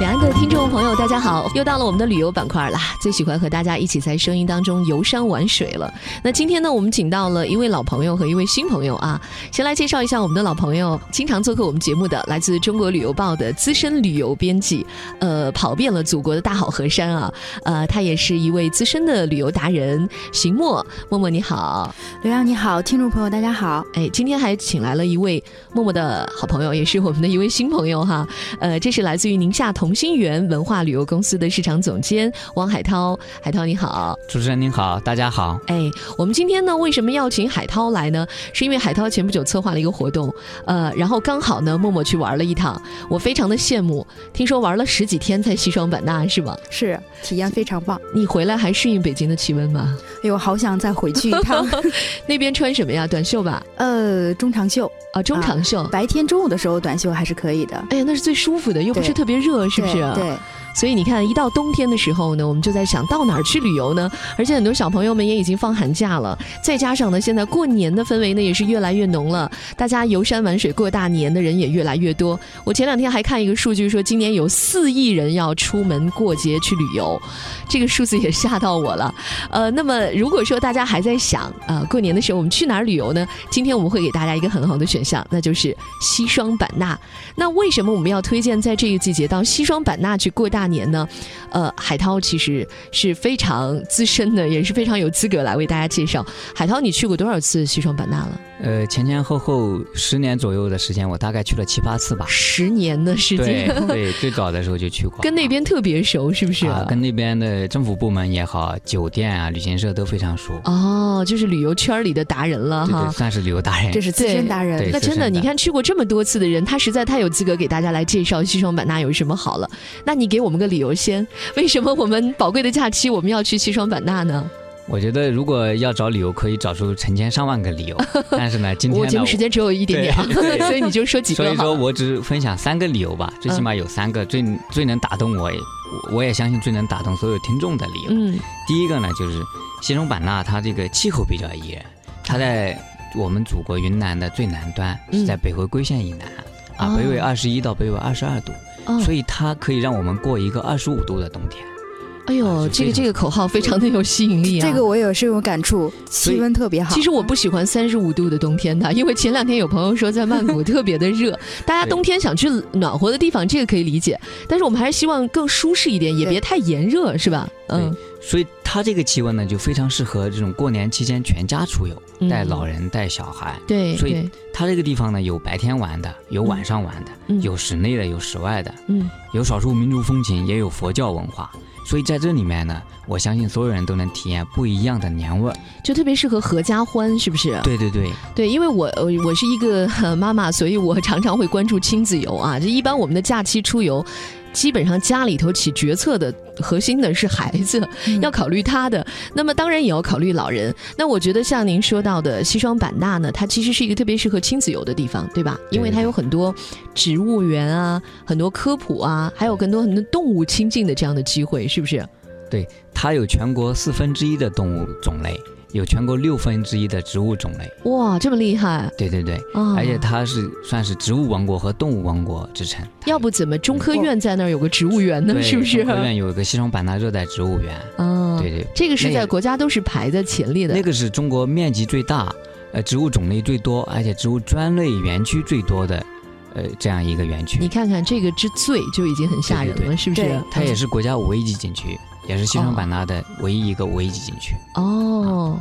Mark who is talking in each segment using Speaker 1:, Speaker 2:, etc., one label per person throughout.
Speaker 1: 两岸的听众朋友，大家好！又到了我们的旅游板块啦，最喜欢和大家一起在声音当中游山玩水了。那今天呢，我们请到了一位老朋友和一位新朋友啊，先来介绍一下我们的老朋友，经常做客我们节目的，来自中国旅游报的资深旅游编辑，呃，跑遍了祖国的大好河山啊，呃，他也是一位资深的旅游达人，邢默，默默你好，
Speaker 2: 刘洋你好，听众朋友大家好。
Speaker 1: 哎，今天还请来了一位默默的好朋友，也是我们的一位新朋友哈。呃，这是来自于宁夏同心园文化旅游公司的市场总监汪海涛。海涛你好，
Speaker 3: 主持人您好，大家好。
Speaker 1: 哎，我们今天呢，为什么要请海涛来呢？是因为海涛前不久策划了一个活动，呃，然后刚好呢，默默去玩了一趟，我非常的羡慕。听说玩了十几天才西双版纳是吗？
Speaker 2: 是体验非常棒，
Speaker 1: 你回来还适应北京的气温吗？
Speaker 2: 哎呦，好想再回去一趟。
Speaker 1: 那边穿什么呀？短袖吧？
Speaker 2: 呃，中长袖，
Speaker 1: 啊，中长袖。
Speaker 2: 白天中午的时候短袖还是可以的，
Speaker 1: 哎呀，那是最舒服的，又不是
Speaker 2: 对
Speaker 1: 特别热，是不是？啊哎
Speaker 2: 对对，
Speaker 1: 所以你看，一到冬天的时候呢，我们就在想到哪儿去旅游呢？而且很多小朋友们也已经放寒假了，再加上呢，现在过年的氛围呢也是越来越浓了，大家游山玩水过大年的人也越来越多。我前两天还看一个数据说，今年有四亿人要出门过节去旅游，这个数字也吓到我了。呃，那么如果说大家还在想啊、呃过年的时候我们去哪儿旅游呢？今天我们会给大家一个很好的选项，那就是西双版纳。那为什么我们要推荐在这个季节到西双版纳去过大年呢？呃，海涛其实是非常资深的，也是非常有资格来为大家介绍。海涛，你去过多少次西双版纳了？
Speaker 3: 呃，前前后后十年左右的时间，我大概去了七八次吧。
Speaker 1: 十年的时
Speaker 3: 对
Speaker 1: 间，
Speaker 3: 对， 最早的时候就去过，
Speaker 1: 跟那边特别熟，是不是？
Speaker 3: 啊，跟那边的政府部门也好，酒店啊、旅行社都非常熟。
Speaker 1: 哦，就是旅游圈里的达人了
Speaker 3: 对对，
Speaker 1: 哈。
Speaker 3: 算是旅游达人
Speaker 2: 这。是资深
Speaker 1: 对
Speaker 2: 达人
Speaker 3: 对。
Speaker 1: 那真
Speaker 3: 资
Speaker 1: 的，
Speaker 3: 深
Speaker 1: 你
Speaker 3: 的
Speaker 1: 看去过这么多次的人，他实在太有资格给大家来介绍西双版纳有什么好了。那你给我们个理由先，为什么我们宝贵的假期我们要去西双版纳呢？
Speaker 3: 我觉得如果要找理由，可以找出成千上万个 理由。但是呢，今天
Speaker 1: 我
Speaker 3: 呢，
Speaker 1: 节目时间只有一点点啊，
Speaker 3: 对对
Speaker 1: 所以你就说几
Speaker 3: 所
Speaker 1: 个
Speaker 3: 以
Speaker 1: 好嗯
Speaker 3: 说
Speaker 1: 了。
Speaker 3: 我只分享三个理由吧，最起码有三个最最能打动我，我我也相信最能打动所有听众的理由。
Speaker 1: 嗯，
Speaker 3: 第一个呢，就是西双版纳，它这个气候比较宜人，它在我们祖国云南的最南端，
Speaker 1: 嗯
Speaker 3: 是在北回归线以南。
Speaker 1: 哦
Speaker 3: 啊，北纬二十一到北纬二十二度，
Speaker 1: 哦，
Speaker 3: 所以它可以让我们过一个二十五度的冬天。
Speaker 1: 哎呦，
Speaker 3: 啊
Speaker 1: 这个
Speaker 3: 是非常
Speaker 1: 这个口号非常的有吸引力啊！
Speaker 2: 这个我也是有感触，
Speaker 3: 所以
Speaker 2: 气温特别好。
Speaker 1: 其实我不喜欢三十五度的冬天的，因为前两天有朋友说在曼 谷特别的热，大家
Speaker 3: 对
Speaker 1: 冬天想去暖和的地方，这个可以理解，但是我们还是希望更舒适一点，也
Speaker 2: 对
Speaker 1: 别太炎热，是吧？嗯，
Speaker 3: 所以它这个气温呢，就非常适合这种过年期间全家出游，
Speaker 1: 嗯
Speaker 3: 带老人带小孩。
Speaker 1: 对
Speaker 3: 所以
Speaker 1: 对，
Speaker 3: 它这个地方呢，有白天玩的，有晚上玩的，
Speaker 1: 嗯
Speaker 3: 有室内的，有室外的，
Speaker 1: 嗯，
Speaker 3: 有少数民族风情，也有佛教文化。所以在这里面呢，我相信所有人都能体验不一样的年味儿。
Speaker 1: 就特别适合合家欢，是不是？
Speaker 3: 对对对，
Speaker 1: 对，因为我呃我是一个呃妈妈，所以我常常会关注亲子游啊。就一般我们的假期出游，基本上家里头起决策的核心的是孩子，
Speaker 2: 嗯
Speaker 1: 要考虑他的，那么当然也要考虑老人。那我觉得像您说到的西双版纳呢，它其实是一个特别适合亲子游的地方，对吧？因为它有很多植物园啊，很多科普啊，还有很多很多动物亲近的这样的机会，是不是？
Speaker 3: 它有全国四分之一的动物种类，有全国六分之一的植物种类。
Speaker 1: 哇，这么厉害
Speaker 3: 对对对，
Speaker 1: 啊！
Speaker 3: 而且它是算是植物王国和动物王国之称。它
Speaker 1: 要不怎么中科院在那儿有个植物园呢？
Speaker 3: 嗯对
Speaker 1: 是不是？
Speaker 3: 中科院有一个西双版纳热带植物园，
Speaker 1: 啊，
Speaker 3: 对对，
Speaker 1: 这个是
Speaker 3: 那
Speaker 1: 在
Speaker 3: 个
Speaker 1: 国家都是排在前列的。
Speaker 3: 那个是中国面积最大，呃，植物种类最多，而且植物专类园区最多的，呃，这样一个园区
Speaker 1: 你。看看这个之最就已经很吓人了，
Speaker 3: 对对对
Speaker 1: 是不是
Speaker 2: 对？
Speaker 3: 它也是国家五 A 级景区，也是西双版纳的唯一一个五 A 级景区。
Speaker 1: 哦，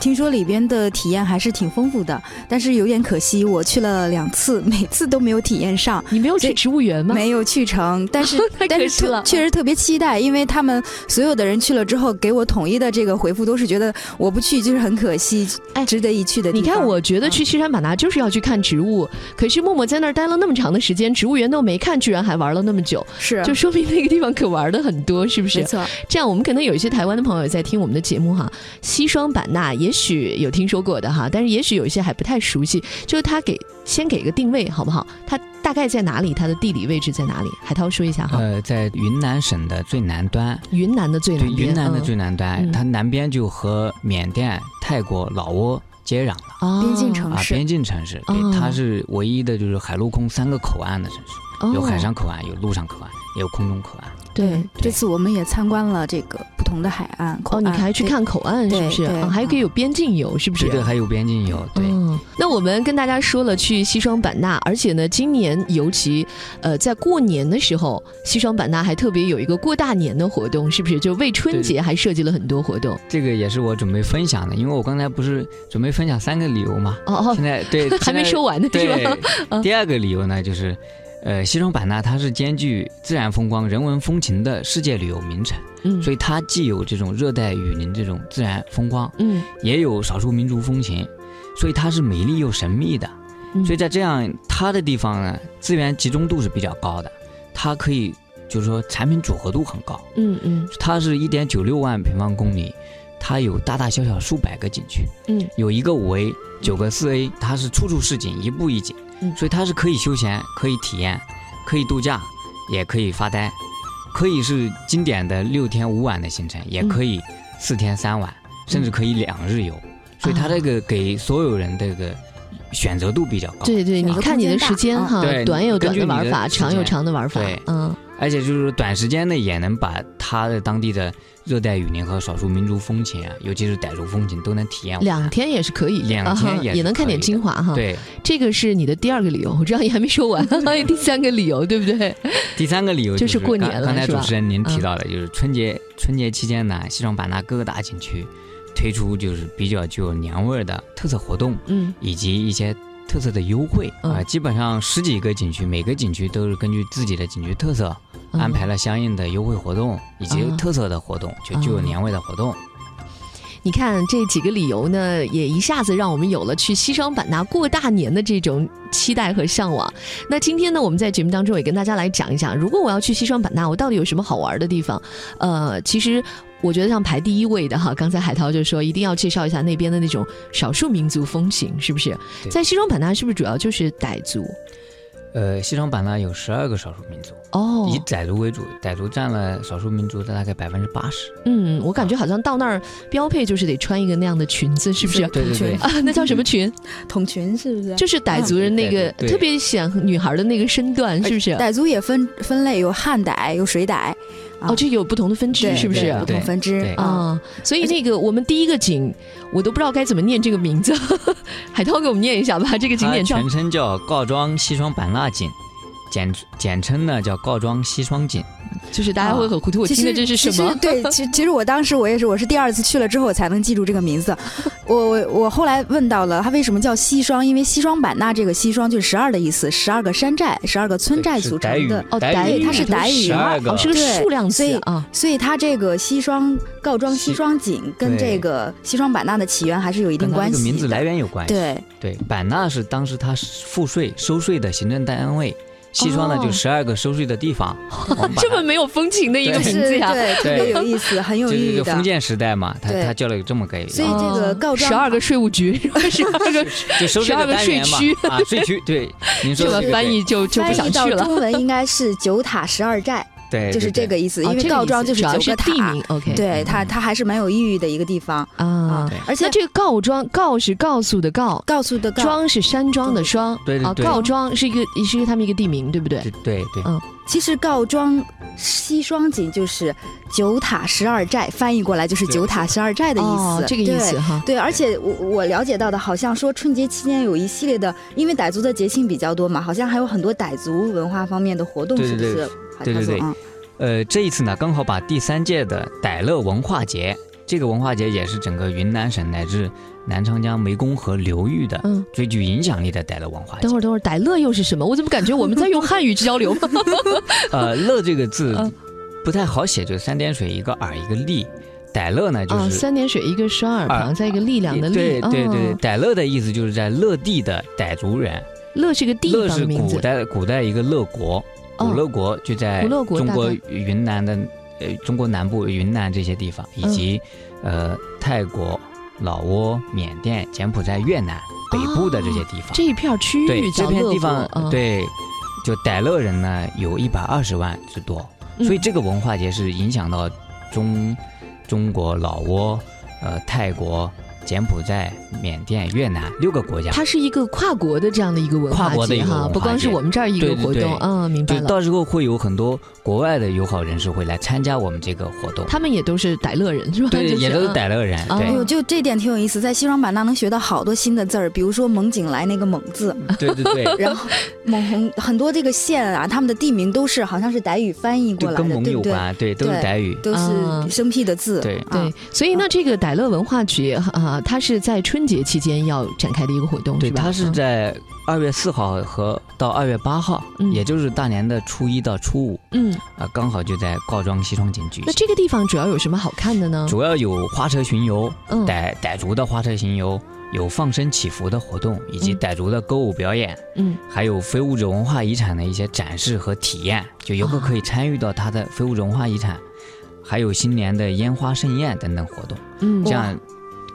Speaker 2: 听说里边的体验还是挺丰富的，但是有点可惜，我去了两次，每次都没有体验上，
Speaker 1: 你没有去
Speaker 2: 这
Speaker 1: 植物园吗？
Speaker 2: 没有去成。但 是
Speaker 1: 太
Speaker 2: 但
Speaker 1: 可
Speaker 2: 是
Speaker 1: 惜
Speaker 2: 特
Speaker 1: 了。
Speaker 2: 确实特别期待，因为他们所有的人去了之后，给我统一的这个回复都是觉得我不去就是很可惜，
Speaker 1: 哎
Speaker 2: 值得一去的地
Speaker 1: 你
Speaker 2: 方。嗯
Speaker 1: 看，我觉得去西双版纳就是要去看植物，可是默默在那儿待了那么长的时间，植物园都没看，居然还玩了那么久，
Speaker 2: 是
Speaker 1: 就说明那个地方可玩的很多，是不
Speaker 2: 没
Speaker 1: 是？
Speaker 2: 错，
Speaker 1: 这样，我们可能有一些台湾的朋友也在听我们的节目哈。西双版纳也许有听说过的哈，但是也许有一些还不太熟悉，就是它给先给一个定位好不好？它大概在哪里？它的地理位置在哪里？海涛说一下哈。
Speaker 3: 呃，在云南省的最南端，
Speaker 1: 云南的最
Speaker 3: 对
Speaker 1: 南边，
Speaker 3: 云南的
Speaker 1: 嗯
Speaker 3: 最南端，
Speaker 1: 嗯
Speaker 3: 它南边就和缅甸、泰国、老挝接壤了。
Speaker 1: 哦
Speaker 2: 边境城
Speaker 3: 啊，
Speaker 2: 市
Speaker 3: 边境城市，
Speaker 1: 哦
Speaker 3: 对，它是唯一的就是海陆空三个口岸的城市，
Speaker 1: 哦
Speaker 3: 有海上口岸，有陆上口岸，也有空中口岸。
Speaker 1: 对。
Speaker 3: 对
Speaker 2: 这次我们也参观了这个不同的海岸口
Speaker 1: 哦，
Speaker 2: 岸，
Speaker 1: 你还去
Speaker 2: 对
Speaker 1: 看口岸是不
Speaker 2: 对
Speaker 1: 是？
Speaker 2: 对嗯
Speaker 1: 啊，还可以有边境游是不是？
Speaker 3: 对对，还有边境游，对，
Speaker 1: 嗯，那我们跟大家说了去西双版纳，而且呢，今年尤其呃在过年的时候，西双版纳还特别有一个过大年的活动，是不是？就为春
Speaker 3: 对
Speaker 1: 节还设计了很多活动。
Speaker 3: 这个也是我准备分享的，因为我刚才不是准备分享三个理由嘛，
Speaker 1: 哦
Speaker 3: 现在对
Speaker 1: 哦，， 还没
Speaker 3: 现在
Speaker 1: 说完呢是吧？
Speaker 3: 嗯
Speaker 1: 嗯
Speaker 3: 对，第二个理由呢，就是，呃，西双版纳它是兼具自然风光、人文风情的世界旅游名城，
Speaker 1: 嗯，
Speaker 3: 所
Speaker 1: 以
Speaker 3: 以它既有这种热带雨林这种自然风光，
Speaker 1: 嗯，
Speaker 3: 也有少数民族风情，所以它是美丽又神秘的。
Speaker 1: 嗯
Speaker 3: 所以在这样它的地方呢，资源集中度是比较高的，它可以就是说产品组合度很高，
Speaker 1: 嗯嗯
Speaker 3: 它是一点九六万平方公里。它有大大小小数百个景区，
Speaker 1: 嗯，
Speaker 3: 有一个五 A，九个四 A，它是处处是景，一步一景，
Speaker 1: 嗯
Speaker 3: 所以它是可以休闲，可以体验，可以度假，也可以发呆，可以是经典的六天五晚的行程，也
Speaker 1: 嗯
Speaker 3: 可以四天三晚，甚至可以两日游，所以它
Speaker 1: 啊
Speaker 3: 这个给所有人这个选择度比较高。
Speaker 1: 对对，
Speaker 2: 选
Speaker 1: 你
Speaker 2: 择
Speaker 1: 看你的
Speaker 2: 空间
Speaker 1: 时
Speaker 2: 大
Speaker 1: 间
Speaker 2: 嗯
Speaker 1: 哈，
Speaker 3: 对
Speaker 1: 短有短
Speaker 3: 根据
Speaker 1: 的
Speaker 3: 你
Speaker 1: 玩
Speaker 3: 的
Speaker 1: 法，
Speaker 3: 时
Speaker 1: 长有
Speaker 3: 间
Speaker 1: 长的玩法
Speaker 3: 对，
Speaker 1: 嗯
Speaker 3: 而且就是短时间内也能把它的当地的热带雨林和少数民族风情啊，尤其是傣族风情都能体验完。
Speaker 1: 两天啊也是可以，
Speaker 3: 两
Speaker 1: 啊
Speaker 3: 天
Speaker 1: 哈
Speaker 3: 也
Speaker 1: 也
Speaker 3: 是
Speaker 1: 能看
Speaker 3: 可
Speaker 1: 点
Speaker 3: 以的
Speaker 1: 精华哈。，
Speaker 3: 对，
Speaker 1: 这个是你的第二个理由，我知道你还没说 完，第三个理由对不对？
Speaker 3: 第三个理由
Speaker 1: 就是过年
Speaker 3: 刚
Speaker 1: 了
Speaker 3: 刚才
Speaker 1: 是
Speaker 3: 主
Speaker 1: 吧
Speaker 3: 持人您提
Speaker 1: 嗯
Speaker 3: 到的，就是春节春节期间呢，西双版纳各个大景区推出就是比较具有年味儿的特色活动，
Speaker 1: 嗯
Speaker 3: 以及一些特色的优惠
Speaker 1: 嗯
Speaker 3: 啊、基本上十几个景区，每个景区都是根据自己的景区特色
Speaker 1: 嗯
Speaker 3: 安排了相应的优惠活动以及
Speaker 2: 嗯
Speaker 1: 啊
Speaker 3: 特色的活动，就具有
Speaker 1: 啊
Speaker 3: 年味的活动。
Speaker 1: 你看这几个理由呢，也一下子让我们有了去西双版纳过大年的这种期待和向往。那今天呢，我们在节目当中也跟大家来讲一讲，如果我要去西双版纳，我到底有什么好玩的地方？呃，其实。我觉得像排第一位的哈，刚才海涛就说一定要介绍一下那边的那种少数民族风情，是不是？
Speaker 3: 对
Speaker 1: 在西双版纳是不是主要就是傣族？
Speaker 3: 呃，西双版纳有十二个少数民族，
Speaker 1: 哦，
Speaker 3: 以傣族为主，傣族占了少数民族的大概百分之八十，
Speaker 1: 嗯，我感觉好像到那儿标配就是得穿一个那样的裙子，是不是？
Speaker 3: 对对对
Speaker 1: 啊，那叫什 么裙？
Speaker 2: 筒裙是不是？
Speaker 1: 就是傣族人那个
Speaker 3: 嗯对对对
Speaker 1: 特别显女孩的那个身段，是不是？
Speaker 2: 傣族也分分类，有汉傣，有水傣，
Speaker 1: 哦，这有不同的分支，
Speaker 2: 对
Speaker 1: 是不是
Speaker 3: 对？
Speaker 2: 不同分支
Speaker 3: 对
Speaker 2: 啊。
Speaker 1: 啊，所以那个我们第一个景，我都不知道该怎么念这个名字， 海涛给我们念一下吧。这个景
Speaker 3: 它
Speaker 1: 点叫
Speaker 3: 全称叫告庄西双版纳景，简简称呢叫告庄西双景。
Speaker 1: 就是大家会很糊涂，我
Speaker 2: 其
Speaker 1: 听的
Speaker 2: 实
Speaker 1: 这是什
Speaker 2: 其
Speaker 1: 么
Speaker 2: 实？ 对，其其实我当时我也是，我是第二次去了之后我才能记住这个名字。我我我后来问到了，它为什么叫西双？因为西双版纳这个西双就是十二的意思，十二个山寨，十二个村寨组成的。
Speaker 1: 哦傣
Speaker 2: 语它是傣语
Speaker 3: 十二
Speaker 1: 哦，
Speaker 3: 个，
Speaker 1: 是个
Speaker 2: 对
Speaker 1: 数量词
Speaker 2: 所以
Speaker 1: 啊。
Speaker 2: 所以它这个西双告庄西
Speaker 3: 西
Speaker 2: 双景跟
Speaker 3: 对
Speaker 2: 这个西双版纳的起源还是有一定
Speaker 3: 跟它
Speaker 2: 关
Speaker 3: 这
Speaker 2: 系
Speaker 3: 个
Speaker 2: 的。
Speaker 3: 名字来源有关系。
Speaker 2: 对，
Speaker 3: 对，版纳是当时它赋税收税的行政单位，西双呢
Speaker 1: 哦
Speaker 3: 就十二个收税的 地方。我们把
Speaker 1: 这么
Speaker 3: 它
Speaker 1: 没有风情的一个
Speaker 2: 就
Speaker 1: 名
Speaker 2: 是
Speaker 1: 字呀，
Speaker 2: 对特别
Speaker 3: 对
Speaker 2: 有意思，很有
Speaker 3: 就
Speaker 2: 寓
Speaker 3: 是
Speaker 2: 意
Speaker 3: 就
Speaker 2: 的
Speaker 3: 封。建时代嘛，它
Speaker 2: 对
Speaker 3: 它叫了这么个，
Speaker 2: 所以这个告
Speaker 1: 啊
Speaker 2: 状
Speaker 1: 十二个税务局，十二个
Speaker 3: 就收税
Speaker 1: 12
Speaker 3: 的
Speaker 1: 个
Speaker 3: 单元嘛
Speaker 1: 税，
Speaker 3: 啊，税区对，您 说
Speaker 1: 这
Speaker 3: 的
Speaker 1: 么
Speaker 3: 这个
Speaker 1: 翻
Speaker 3: 对
Speaker 1: 译就就不
Speaker 2: 翻
Speaker 1: 想
Speaker 2: 译
Speaker 1: 去了。
Speaker 2: 到中文应该是九塔十二 寨，
Speaker 3: 对，
Speaker 2: 就是
Speaker 3: 哎对
Speaker 2: 这个。意思。因
Speaker 1: 哦这
Speaker 2: 为
Speaker 1: 个
Speaker 2: 告
Speaker 1: 意
Speaker 2: 庄
Speaker 1: 思
Speaker 2: 就是
Speaker 1: 主
Speaker 2: 九
Speaker 1: 要
Speaker 2: 个
Speaker 1: 是
Speaker 2: 塔
Speaker 1: 地，名，OK，
Speaker 2: 对
Speaker 3: 嗯
Speaker 2: 它
Speaker 3: 嗯
Speaker 2: 它还是蛮有寓意的一个地方。
Speaker 1: 啊
Speaker 3: 对。
Speaker 2: 而且
Speaker 1: 那这个告庄告是告诉的告，
Speaker 2: 告诉的告，
Speaker 1: 庄是山庄的庄，
Speaker 3: 对对
Speaker 1: 啊，
Speaker 3: 对
Speaker 1: 告庄是一个是一个他们一个地名，对不对
Speaker 3: 对？对对
Speaker 1: 嗯，
Speaker 2: 其实告庄西双景就是九塔十二寨，翻译过来就是
Speaker 3: 对
Speaker 2: 九塔十二寨的意思。
Speaker 1: 哦，这个意思
Speaker 2: 对。
Speaker 1: 哈。
Speaker 2: 对，而且我我了解到的，好像说春节期间有一系列的，因为傣族的节庆比较多嘛，好像还有很多傣族文化方面的活动，
Speaker 3: 对
Speaker 2: 是不
Speaker 3: 对对
Speaker 2: 是？
Speaker 3: 对对对
Speaker 2: 啊，
Speaker 3: 呃，这一次呢，刚好把第三届的傣乐文化节，这个文化节也是整个云南省乃至南长江湄公河流域的
Speaker 1: 嗯，
Speaker 3: 最具影响力的傣乐文化 节
Speaker 1: 等。会儿等会儿，傣乐又是什么？我怎么感觉我们在用汉语交 流？
Speaker 3: 呃，乐这个字
Speaker 1: 嗯
Speaker 3: 不太好写，就是三点水一个耳一个立，傣乐呢就
Speaker 1: 啊，
Speaker 3: 是。
Speaker 1: 三点水一个双耳旁，
Speaker 3: 耳
Speaker 1: 再一个力量的力。
Speaker 3: 哎对对对，
Speaker 1: 哦，
Speaker 3: 傣乐的意思就是在乐地的傣族人，
Speaker 1: 乐是个地
Speaker 3: 乐
Speaker 1: 方
Speaker 3: 是
Speaker 1: 的名
Speaker 3: 古
Speaker 1: 字。
Speaker 3: 代古代一个乐国，
Speaker 1: 哦
Speaker 3: 古乐国就在
Speaker 1: 古乐国
Speaker 3: 中
Speaker 1: 大
Speaker 3: 国
Speaker 1: 概
Speaker 3: 云南的呃中国南部云南这些地方，
Speaker 1: 嗯
Speaker 3: 以及呃泰国、老挝、缅甸、柬埔寨、越南北部的这些地方。
Speaker 1: 哦这一片区
Speaker 3: 对
Speaker 1: 域
Speaker 3: 这
Speaker 1: 叫
Speaker 3: 片
Speaker 1: 乐
Speaker 3: 地
Speaker 1: 国
Speaker 3: 方，
Speaker 1: 啊，
Speaker 3: 对，就傣乐人呢有一百二十万之多，
Speaker 1: 嗯
Speaker 3: 所以这个文化节是影响到中中国、老挝、呃泰国、柬埔寨、缅甸、越南六个国家。
Speaker 1: 它是一个跨国的这样的一个文化
Speaker 3: 跨国的一
Speaker 1: 节
Speaker 3: 个文
Speaker 1: 哈，
Speaker 3: 化
Speaker 1: 不光是
Speaker 3: 节
Speaker 1: 我们这儿一个
Speaker 3: 对对
Speaker 1: 活
Speaker 3: 对
Speaker 1: 动啊，明白
Speaker 3: 就
Speaker 1: 了。
Speaker 3: 到时候会有很多国外的友好人士会来参加我们这个活动，
Speaker 1: 他们也都是傣乐人是吧？
Speaker 3: 对，
Speaker 1: 就是
Speaker 3: 也都是
Speaker 1: 嗯
Speaker 3: 傣乐人，
Speaker 1: 啊
Speaker 3: 对
Speaker 2: 哎呦，就这点挺有意思，在西双版纳能学到好多新的字儿，比如说“蒙景来”那个“蒙”字，
Speaker 3: 对对 对，
Speaker 2: 然后蒙红很多这个县啊，他们的地名都是好像是傣语翻译过
Speaker 3: 就
Speaker 2: 来
Speaker 3: 跟
Speaker 2: 的，
Speaker 3: 蒙
Speaker 2: 对
Speaker 3: 有
Speaker 2: 不对？
Speaker 3: 关，对，都是
Speaker 2: 对
Speaker 3: 傣语，
Speaker 2: 都
Speaker 1: 啊
Speaker 2: 是生僻的字，
Speaker 3: 对
Speaker 2: 啊
Speaker 1: 对，所以呢，这个傣乐文化节啊，它是在春节期间要展开的一个活动，
Speaker 3: 对，
Speaker 1: 吧？
Speaker 3: 它是
Speaker 1: 嗯
Speaker 3: 在二月四号和到二月八号，
Speaker 1: 嗯
Speaker 3: 也就是大年的初一到初五
Speaker 1: 嗯，
Speaker 3: 啊，刚好就在告庄西双景举
Speaker 1: 那
Speaker 3: 行。
Speaker 1: 这个地方主要有什么好看的呢？
Speaker 3: 主要有花车巡游，
Speaker 1: 嗯，
Speaker 3: 傣傣族的花车巡游，有放声祈福的活动，以及
Speaker 1: 嗯
Speaker 3: 傣族的歌舞表演，
Speaker 1: 嗯，
Speaker 3: 还有非物质文化遗产的一些展示和体验，就游客
Speaker 1: 啊
Speaker 3: 可以参与到它的非物质文化遗产，还有新年的烟花盛宴等等活动，
Speaker 1: 嗯
Speaker 3: 这，样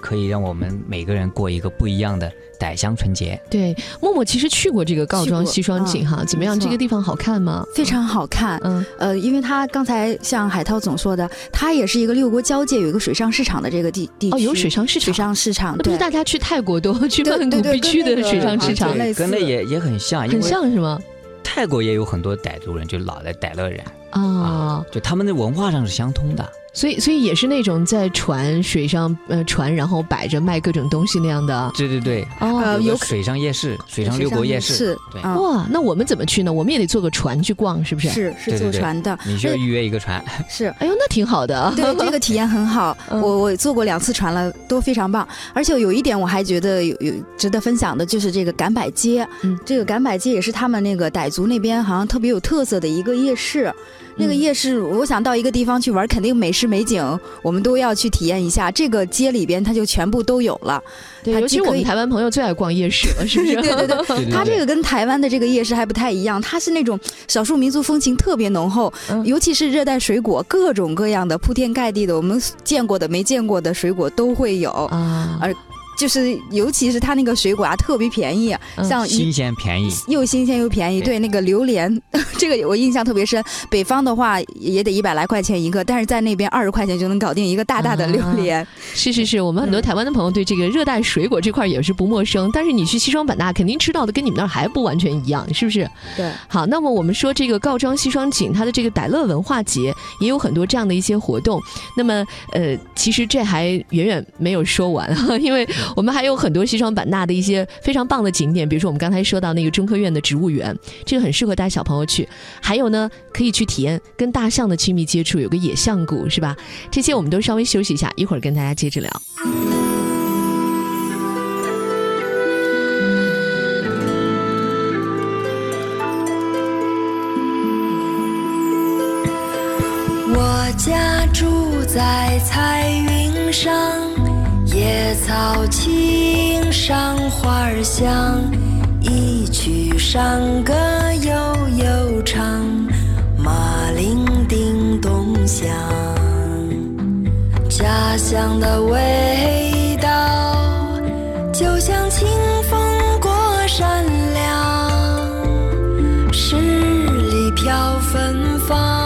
Speaker 3: 可以让我们每个人过一个不一样的傣乡春节。
Speaker 1: 对，默默其实去过这个告庄
Speaker 2: 去过嗯
Speaker 1: 西双景哈，怎么样？
Speaker 2: 没错
Speaker 1: 这个地方好看吗？
Speaker 2: 非常好看。
Speaker 1: 嗯，
Speaker 2: 呃，因为它刚才像海涛总说的，它也是一个六国交界有一个水上市场的这个地地区，
Speaker 1: 哦，有水上市
Speaker 2: 水
Speaker 1: 场，
Speaker 2: 上市场，
Speaker 1: 那不是
Speaker 2: 对
Speaker 1: 大家去泰国都去
Speaker 2: 对
Speaker 1: 曼谷
Speaker 2: 对对
Speaker 1: 必须
Speaker 2: 跟
Speaker 1: 的
Speaker 2: 那个
Speaker 1: 水上
Speaker 2: 啊
Speaker 1: 市场，
Speaker 2: 对类似
Speaker 3: 跟那也也很像，因
Speaker 1: 很
Speaker 3: 为
Speaker 1: 像是吗？
Speaker 3: 泰国也有很多傣族人，就老的傣乐人，
Speaker 1: 啊，
Speaker 3: 就他们的文化上是相通的。
Speaker 1: 所以所以也是那种在船水上呃船，然后摆着卖各种东西那样的。啊
Speaker 3: 对对对，
Speaker 1: 哦，
Speaker 2: 呃
Speaker 3: 有
Speaker 2: 有
Speaker 3: 个
Speaker 2: 可
Speaker 3: 水上夜市、水上六国夜市，对
Speaker 2: 啊，
Speaker 1: 哇，那我们怎么去呢？我们也得坐个船去逛，是不是？
Speaker 2: 是
Speaker 3: 对
Speaker 2: 是
Speaker 3: 对
Speaker 2: 坐
Speaker 3: 对
Speaker 2: 船 的，
Speaker 3: 你需要预约一个船。
Speaker 2: 是。
Speaker 1: 哎呦，那挺好的。
Speaker 2: 对，这个体验很好，
Speaker 1: 嗯
Speaker 2: 我我坐过两次船了，都非常棒。而且有一点我还觉得有有值得分享的，就是这个赶摆街，
Speaker 1: 嗯
Speaker 2: 这个赶摆街也是他们那个傣族那边好像特别有特色的一个夜市。那个
Speaker 1: 嗯
Speaker 2: 夜市，我想到一个地方去玩，肯定美食美景，我们都要去体验一下。这个街里边它就全部都有了，
Speaker 1: 对，
Speaker 2: 它
Speaker 1: 尤
Speaker 2: 既
Speaker 1: 其我
Speaker 2: 可
Speaker 1: 们
Speaker 2: 以
Speaker 1: 台湾朋友最爱逛夜 市了，是不是？
Speaker 2: 对对对
Speaker 3: 对对
Speaker 2: 它
Speaker 3: 对
Speaker 2: 这个跟台湾的这个夜市还不太一样，它是那种少数民族风情特别浓厚，
Speaker 1: 嗯
Speaker 2: 尤其是热带水果，各种各样的铺天盖地的，我们见过的、没见过的水果都会有。
Speaker 1: 啊，
Speaker 2: 就是尤其是它那个水果啊，特别便宜，
Speaker 1: 嗯
Speaker 2: 像一。
Speaker 3: 新鲜便宜，
Speaker 2: 又新鲜又便宜，
Speaker 3: 对
Speaker 2: 对那个榴莲， 这个我印象特别深。北方的话也得一百来块钱一个，但是在那边二十块钱就能搞定一个大大的榴莲。
Speaker 1: 是是是，我们很多台湾的朋友对这个热带水果这块也是不陌生，但是你去西双版纳肯定吃到的跟你们那儿还不完全一样，是不是？
Speaker 2: 对，
Speaker 1: 好，那么我们说这个告庄西双景，它的这个傣乐文化节也有很多这样的一些活动。那么，呃，其实这还远远没有说完哈， 因为我们还有很多西双版纳的一些非常棒的景点，比如说我们刚才说到那个中科院的植物园，这个很适合带小朋友去。还有呢，可以去体验跟大象的亲密接触，有个野象谷，是吧？这些我们都稍微休息一下，一会儿跟大家接着聊。
Speaker 4: 我家住在彩云上，野草青上花儿香，一曲山歌悠悠唱，马铃叮咚响。家乡的味道，就像清风过山梁，十里飘芬芳。